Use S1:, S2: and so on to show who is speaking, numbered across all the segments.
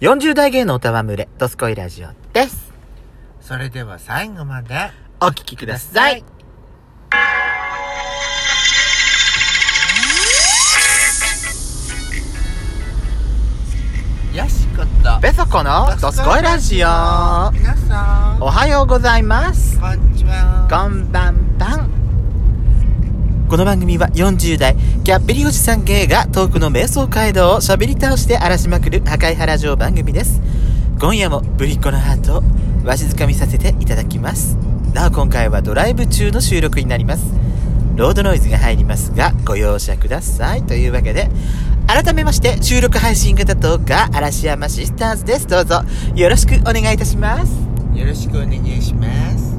S1: 40代芸のおたわむれ、ドスコイラジオです。
S2: それでは最後まで
S1: お聞きください。
S2: よしこと
S1: ベソコのドスコイラジオ。
S2: 皆さん
S1: おはようございます。
S2: こんにちは
S1: こんばんばん。この番組は40代、キャッペリおじさん芸がトークの瞑想街道を喋り倒して荒らしまくる破壊原城番組です。今夜もぶりっ子のハートをわしづかみさせていただきます。なお今回はドライブ中の収録になります。ロードノイズが入りますが、ご容赦ください。というわけで、改めまして収録配信型動画、嵐山シスターズです。どうぞよろしくお願いいたします。
S2: よろしくお願いします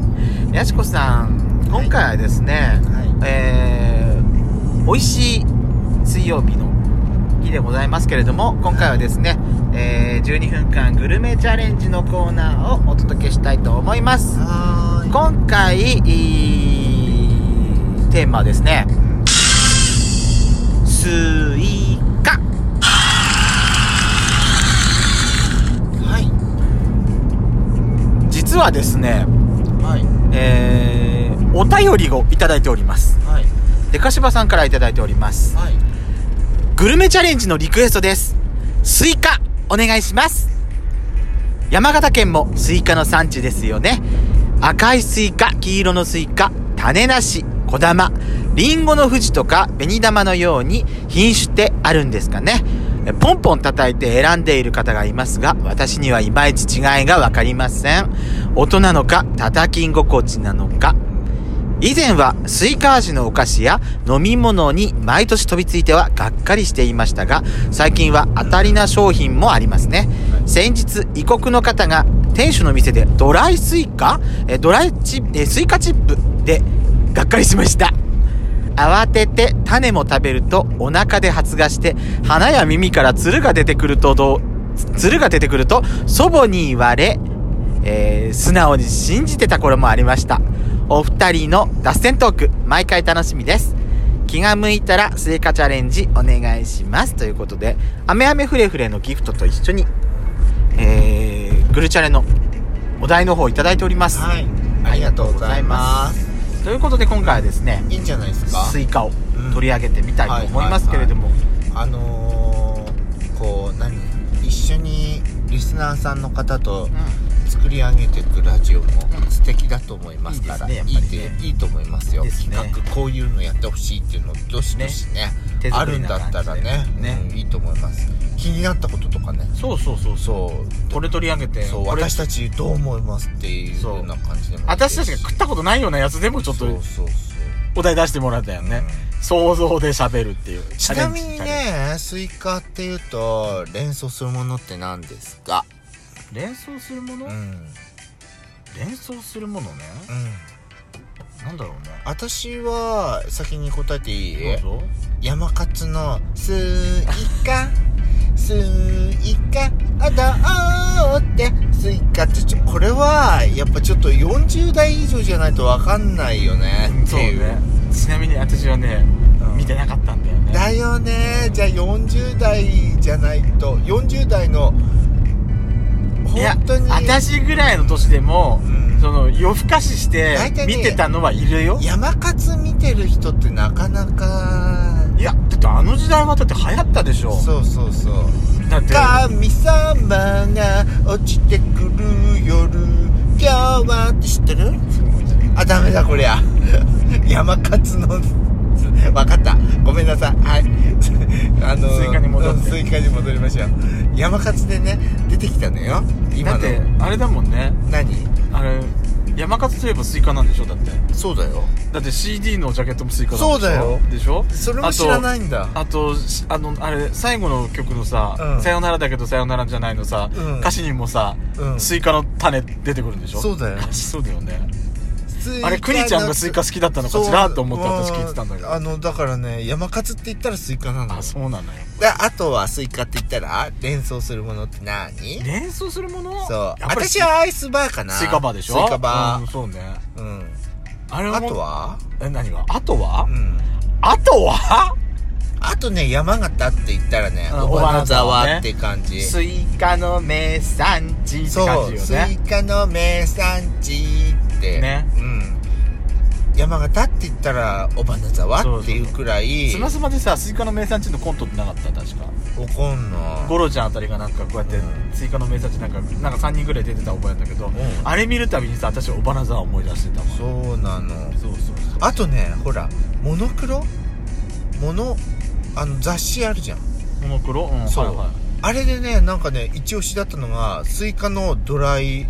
S1: やしこさん今回はですね、
S2: は
S1: えー、美味しい水曜日の日でございますけれども今回はですね、えー、12分間グルメチャレンジのコーナーをお届けしたいと思います
S2: はーい
S1: 今回いいテーマはですねスイカ
S2: はい
S1: 実はですね
S2: はい
S1: えー、お便りをいただいております
S2: はい
S1: でかしばさんからいただいております
S2: はい
S1: グルメチャレンジのリクエストです。スイカ、お願いします。山形県もスイカの産地ですよね。赤いスイカ、黄色のスイカ、種なし、小玉、リンゴの富士とか紅玉のように品種ってあるんですかね。えポンポン叩いて選んでいる方がいますが、私にはいまいち違いがわかりません。音なのか、叩き心地なのか、以前はスイカ味のお菓子や飲み物に毎年飛びついてはがっかりしていましたが最近は当たりな商品もありますね先日異国の方が店主の店でドライスイカえドライチップえスイカチップでがっかりしました慌てて種も食べるとお腹で発芽して鼻や耳からつるが出てくるとどうつるが出てくると祖母に言われ、えー素直に信じてた頃もありましたお二人の脱線トーク毎回楽しみです気が向いたらスイカチャレンジお願いしますということでアメアメフレフレのギフトと一緒に、えー、グルチャレのお題の方いただいております、
S2: はいありがとうございます
S1: ということで今回はですね
S2: いいんじゃないですか
S1: スイカを
S2: うん
S1: 取り上げてみたいと思いますけれども、
S2: あのー、こう何一緒にリスナーさんの方と作り上げていくラジオも素敵だと思いますから
S1: いいですね
S2: い
S1: やっ
S2: い
S1: ぱりね
S2: でいいと思いますよ
S1: ですね
S2: 企画こういうのやってほしいっていうのどしどしね
S1: 手
S2: あ
S1: 作
S2: る
S1: り
S2: ん
S1: な
S2: だったらね
S1: 感じでね
S2: うんいいと思います気になったこととかね
S1: そうそうそう
S2: そう
S1: これ取り上げて
S2: そう
S1: これ
S2: 私たちどう思いますっていうような感じでもいい
S1: 私たちが食ったことないようなやつでもちょっと
S2: そうそうそう
S1: お題出してもらったよね、想像で喋るっていう
S2: ちなみにねスイカっていうと連想するものって何ですか
S1: 連想するもの、
S2: うん
S1: 連想するものね、
S2: うん
S1: なんだろうね
S2: 私は先に答えていい
S1: どうぞ
S2: 山勝のスイ カスイカあどうってスイカってちょこれはやっぱちょっと40代以上じゃないとわかんないよねっていう
S1: ちなみに私はね、
S2: うん
S1: 見てなかったんだよね
S2: だよねじゃあ40代じゃないと40代の
S1: いや
S2: 本当に
S1: 私ぐらいの年でも、
S2: うん
S1: その夜更かしして
S2: 大体ね
S1: 見てたのはいるよ
S2: 山勝見てる人ってなかなか
S1: いやだってあの時代はだって流行ったでしょ
S2: そうそうそう
S1: だって
S2: 神様が落ちてくる夜今日はって知ってるあダメだこりゃ 山勝の分かったごめんなさいはい あの
S1: スイカに戻って
S2: うんスイカに戻りましょう山勝でね出てきたのよ
S1: だ
S2: 今
S1: っ
S2: の
S1: てあれだもんね
S2: 何
S1: あれ山勝といえばスイカなんでしょだって
S2: そうだよ
S1: だって CD のジャケットもスイカなんでしょ
S2: そうだよ
S1: でしょ
S2: それも知ら
S1: い
S2: ないんだ
S1: あとしあのあれ最後の曲のさ「
S2: うん
S1: さよならだけどさよならじゃない」のさ、
S2: うん
S1: 歌詞にもさ、
S2: うん
S1: スイカの種出てくるんでしょ
S2: そうだよ
S1: そうだよねあれクニちゃんがスイカ好きだったのかしらと思って私聞いてたんだけど
S2: あのだからね山勝って言ったらスイカなんだよ
S1: あそうなのよ
S2: であとはスイカって言ったら連想するものって何
S1: 連想するもの
S2: そう
S1: やっぱり
S2: 私はアイスバーかな
S1: スイカバーでしょ
S2: スイカバ
S1: うんそうね
S2: ーうん、
S1: あれ
S2: あ
S1: も
S2: とは
S1: え何があとは、
S2: うん
S1: あとは
S2: あとね、山形って言ったらね、
S1: うん
S2: 小花沢って
S1: 小
S2: 感じ。
S1: スイカの名産地って感
S2: そ
S1: じ
S2: う、
S1: よ
S2: スイ
S1: ね
S2: カの名産地って。
S1: ね
S2: うん。山形って言ったら、小花沢っていうくらい、
S1: スマスマでさスイカの名産地のコントってなかった確か
S2: 怒んの。
S1: ゴロちゃんあたりがなんかこうやって
S2: うん
S1: スイカの名産地なんかなんか3人ぐらい出てた覚えだけど、
S2: ん
S1: あれ見るたびにさ私は小花沢思い出してたもんそう
S2: そうなの。
S1: そうそう
S2: あとね、ほら、モノクロモノ、あの雑誌あるじゃん。
S1: モノクロうん
S2: そう
S1: はいはい
S2: あれでね、なんかね、一押しだったのが、スイカのドライ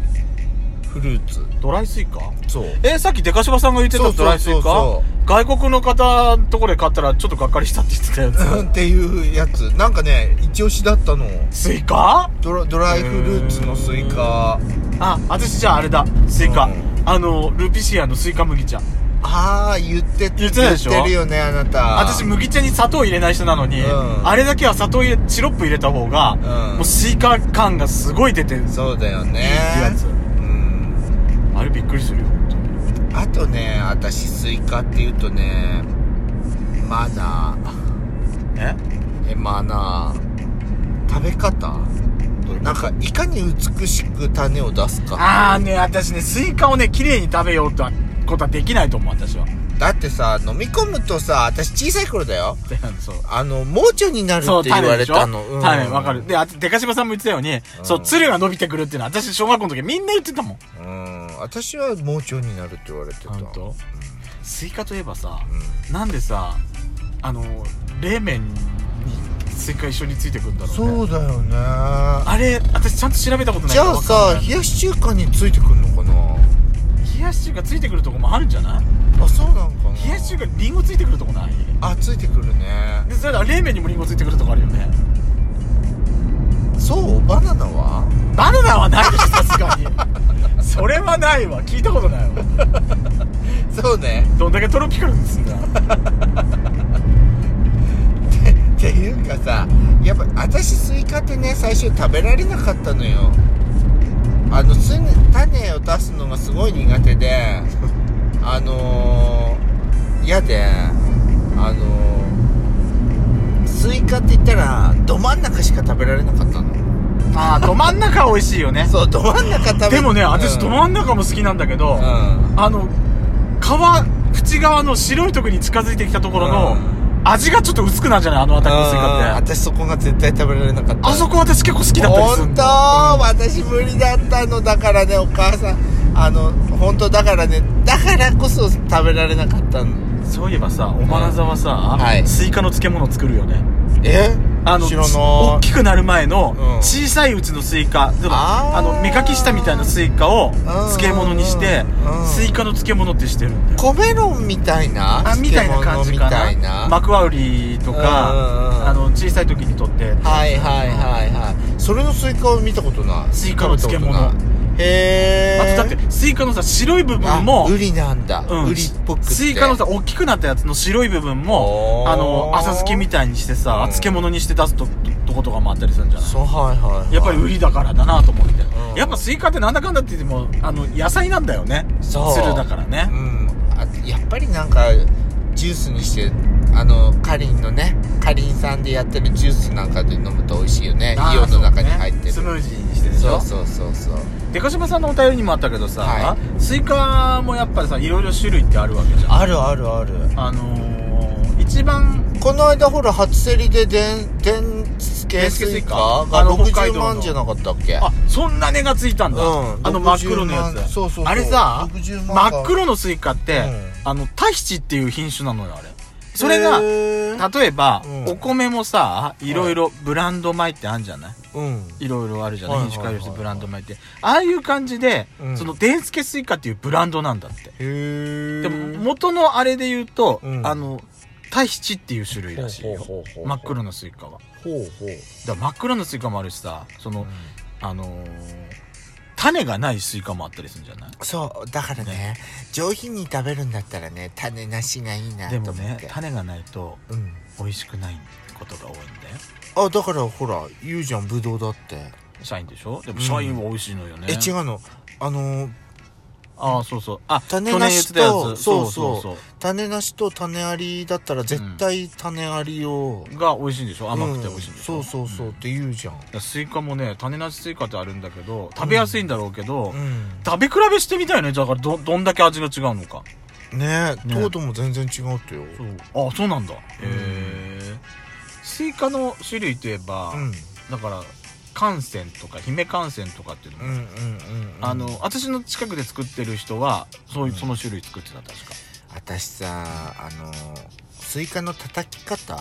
S2: フルーツ。
S1: ドライスイカ
S2: そう。
S1: えさっきデカシバさんが言って
S2: そ
S1: た
S2: うそう
S1: ドライスイ
S2: そう
S1: カ
S2: そ
S1: 外国の方のところで買ったらちょっとがっかりしたって言ってたや
S2: うんっていうやつ。なんかね、一押しだったの。
S1: つスイカ
S2: ドラドライフルーツのスイカ。
S1: あ私じゃああれだスイカ、
S2: うん
S1: あのルピシアのスイカ麦茶
S2: あー、言って、
S1: 言ってたでしょ
S2: 言ってるよね、あなた。
S1: 私麦茶に砂糖入れない人なのに、
S2: うん
S1: あれだけは砂糖入れシロップ入れた方が、
S2: ん
S1: もうスイカ感がすごい出てる
S2: そうだよね。
S1: いいやつ
S2: うん。
S1: あれびっくりするよ本当に
S2: あとね、私スイカって言うとね、マナー。
S1: え
S2: え、マナー。食べ方なんか、いかに美しく種を出すか。
S1: ああね私ねスイカをね綺麗に食べようとはことはできないと思う私は
S2: だってさ飲み込むとさ私小さい頃だよ
S1: であのそう
S2: あの盲腸になる
S1: そう、
S2: って言わ
S1: 種で
S2: れ
S1: しょ
S2: たのうん
S1: 種、わかる。で、あと、デカシバさんも言ってたように、そう、つるが伸びてくるっていうのは、私、小学校の時みんな言ってたもん。
S2: うん私は盲腸になるって言われてた
S1: 本当スイカといえばさ、
S2: う
S1: なんでさ、あの、冷麺にスイカ一緒についてくるんだろうね。
S2: そうだよね
S1: あれ、私ちゃんと調べたことない
S2: じ
S1: から
S2: ゃあ
S1: わかん
S2: さ
S1: ない
S2: 冷やし中華についてくるのかな
S1: 冷やし中華ついてくるとこもあるんじゃない
S2: あそうなのかな
S1: 冷やし中華、リンゴついてくるとこない
S2: あついてくるね
S1: で、それだ、冷麺にもリンゴついてくるとこあるよね。
S2: そうバナナは
S1: バナナはないでしょ、さすがに。 それはないわ。聞いたことないわ。
S2: そうね
S1: どんだけトロピカルにすんだ。
S2: っていうかさやっぱ私スイカってね最初食べられなかったのよあのすぐ種を出すのがすごい苦手で あのー、嫌であのー、スイカって言ったらど真ん中しか食べられなかったの
S1: あー、ど真ん中美味しいよね。
S2: そうど真ん中食べ
S1: でもね、私ど
S2: ん
S1: 真ん中も好きなんだけど、
S2: うん
S1: あの皮口側の白いとこに近づいてきたところの、
S2: うん
S1: 味がちょっと薄くなるじゃないあの辺りのスイカって
S2: 私そこが絶対食べられなかった
S1: あそこ私結構好きだったりする
S2: 本当私無理だったのだからねお母さんあの本当だからねだからこそ食べられなかったの
S1: そういえばさおまなざはさ、
S2: はい
S1: スイカの漬物作るよね
S2: え
S1: あの
S2: 知らない
S1: ち大きくなる前の
S2: うん
S1: 小さいうちのスイカ、例えば
S2: あー
S1: あの目かきしたみたいなスイカを漬物にして、
S2: うん
S1: スイカの漬物ってしてるんだよ
S2: 米論みたいな
S1: あみたいな感じか
S2: 漬物みたい
S1: な
S2: な
S1: マクワウリと
S2: うんうんうん
S1: かあの小さい時にとって
S2: はいはいはいはいそれのスイカを見たことない
S1: スイカの漬物
S2: 食べたことないへ
S1: あ
S2: え
S1: とだってスイカのさ白い部分も
S2: ウリなんだ、
S1: うん
S2: ウリっぽくって
S1: スイカのさ大きくなったやつの白い部分も
S2: おー
S1: あの浅漬けみたいにしてさ、
S2: うん
S1: 漬物にして出すととことかもあったりするんじゃない
S2: そうはいはい、はい、
S1: やっぱり売りだからだなと思って、
S2: うん
S1: やっぱスイカってなんだかんだって言ってもあの野菜なんだよね
S2: そう
S1: つるだからね
S2: う、ん、あやっぱりなんかジュースにしてあのかりんのねかりんさんでやってるジュースなんかで飲むと美味しいよね
S1: あー
S2: イオンの中に入ってる
S1: そ
S2: そう
S1: ね
S2: う,、
S1: スムージーにしてでし
S2: そ
S1: ょ
S2: うそうそう
S1: でかしばさんのお便りにもあったけどさ、
S2: は
S1: スイカもやっぱりさいろいろ種類ってあるわけじゃんあ
S2: あるあるある
S1: のー、一番
S2: この間ほら初競りででんでんつけスイカ
S1: あ
S2: が
S1: の北海道
S2: 60
S1: の
S2: 万じゃなかったっけ
S1: あそんな値がついたんだ、
S2: うん
S1: あの
S2: 60
S1: 真っ黒のや
S2: 万
S1: つ
S2: そうそうそう
S1: あれさ
S2: 60万か
S1: 真っ黒のスイカって、
S2: うん
S1: あのタヒチっていう品種なのよあれそれが
S2: へー
S1: 例えば、
S2: うん
S1: お米もさいろいろブランド米ってあるんじゃない
S2: うん
S1: いろいろあるじゃない
S2: はい
S1: 品
S2: は
S1: 種改良
S2: いはい
S1: してブランド米ってああいう感じで、
S2: うん
S1: そのデンスケスイカっていうブランドなんだって
S2: へえ
S1: でも元のあれで言うと、
S2: うん
S1: あのタヒチっていう種類らしいよ
S2: ほうほうほうほう
S1: 真っ黒のスイカは
S2: ほうほう
S1: だから真っ黒のスイカもあるしさその、あのー種がないスイカもあったりするんじゃない
S2: そうだからね上品に食べるんだったらね種なしがいいな
S1: で
S2: と思
S1: も
S2: って
S1: ね種がないと
S2: うん
S1: 美味しくないことが多いんだよ
S2: あだからほら言うじゃんブドウだって、
S1: シャインでしょでもシャインは美味しいのよね、
S2: え違うのあのー
S1: ああ、そうそう。あ、
S2: 種
S1: 去
S2: な
S1: 年言っ
S2: して
S1: たや
S2: と
S1: つ。
S2: そうそう種なしと種ありだったら絶対種ありを、
S1: うが美味しいんでしょ甘くて美味しいんでしょ、
S2: うんそうそうそうって言うじゃん
S1: いやスイカもね、種なしスイカってあるんだけど、食べやすいんだろうけど、
S2: うん
S1: 食べ比べしてみたいね。だから、ど、どんだけ味が違うのか。
S2: ねえ
S1: ね
S2: 糖度も全然違うってよ
S1: そう。あ、そうなんだ。へえ。スイカの種類といえば、
S2: うん
S1: だから、寒線とか、姫寒線とかっていうの
S2: う
S1: も、
S2: んうんうんうん
S1: あの、私の近くで作ってる人は、そういう、
S2: うん
S1: その種類作ってた、確か。
S2: 私さあのスイカの叩き方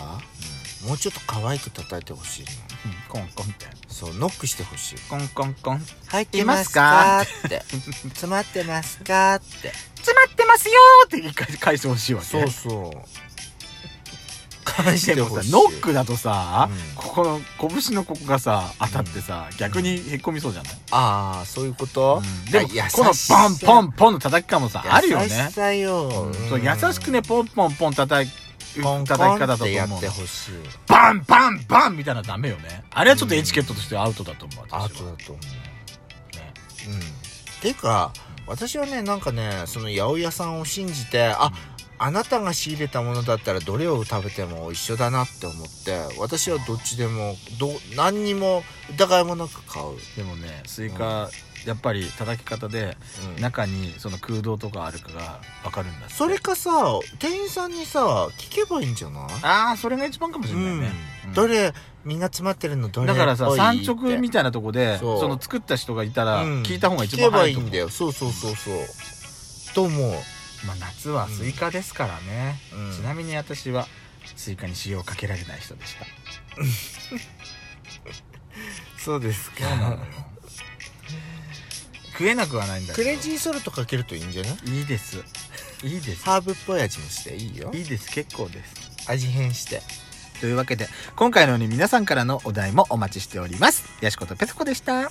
S2: もうちょっと可愛く叩いてほしいの
S1: うん、コンコンって。
S2: そうノックしてほしい
S1: コンコンコン。
S2: 入っ
S1: いますか
S2: って 詰まってますかって
S1: 詰まってますよーって一回返してほしいわけ。
S2: そうそう返し
S1: で
S2: て
S1: もさ
S2: ほしい
S1: ノックだとさ、
S2: うん
S1: ここの拳のここがさ当たってさ、逆にへっこみそうじゃない、
S2: ああそういうこと、
S1: でもこのバンポンポンの叩き感もさあるよね
S2: 優しさよ、
S1: うんそう優しくねポンポンポン叩く
S2: ポン
S1: 叩き
S2: ポン
S1: 方
S2: っ
S1: だと
S2: てや
S1: 思う
S2: ってほしい
S1: バンバンバンみたいなのダメよねあれはちょっとエチケットとしてアウトだと思う、私は
S2: アートだと思う
S1: ね
S2: うん、ていうか私はねなんかねその八百屋さんを信じてあ、あなたが仕入れたものだったらどれを食べても一緒だなって思って私はどっちでもど何にも疑いもなく買う、
S1: でもねスイカ、やっぱり叩き方で
S2: うん
S1: 中にその空洞とかあるかが分かるんだって
S2: それかさ店員さんにさ聞けばいいんじゃない
S1: ああそれが一番かもし
S2: う
S1: れない
S2: ん
S1: ね、うん
S2: どれ身が詰まってるのどれ
S1: だからさ
S2: っぽい
S1: 産直みたいなとこで
S2: そう
S1: その作った人がいたら
S2: うん
S1: 聞いた方が一
S2: 聞け
S1: 番
S2: ば
S1: 早
S2: い
S1: い
S2: い
S1: と思
S2: ん
S1: う、
S2: だよそうそうそうそうと思う、
S1: まあ、夏はスイカですからね、
S2: うん
S1: ちなみに私はスイカに塩をかけられない人でした
S2: そうです
S1: そうなのよ食えなくはないんだけ
S2: ク
S1: ど
S2: レイジーソルトかけるといいんじゃない
S1: いいですいいです
S2: ハーブっぽい味もしていいよ
S1: いいです結構です
S2: 味変して
S1: というわけで今回のように皆さんからのお題もお待ちしておりますやしことペソコでした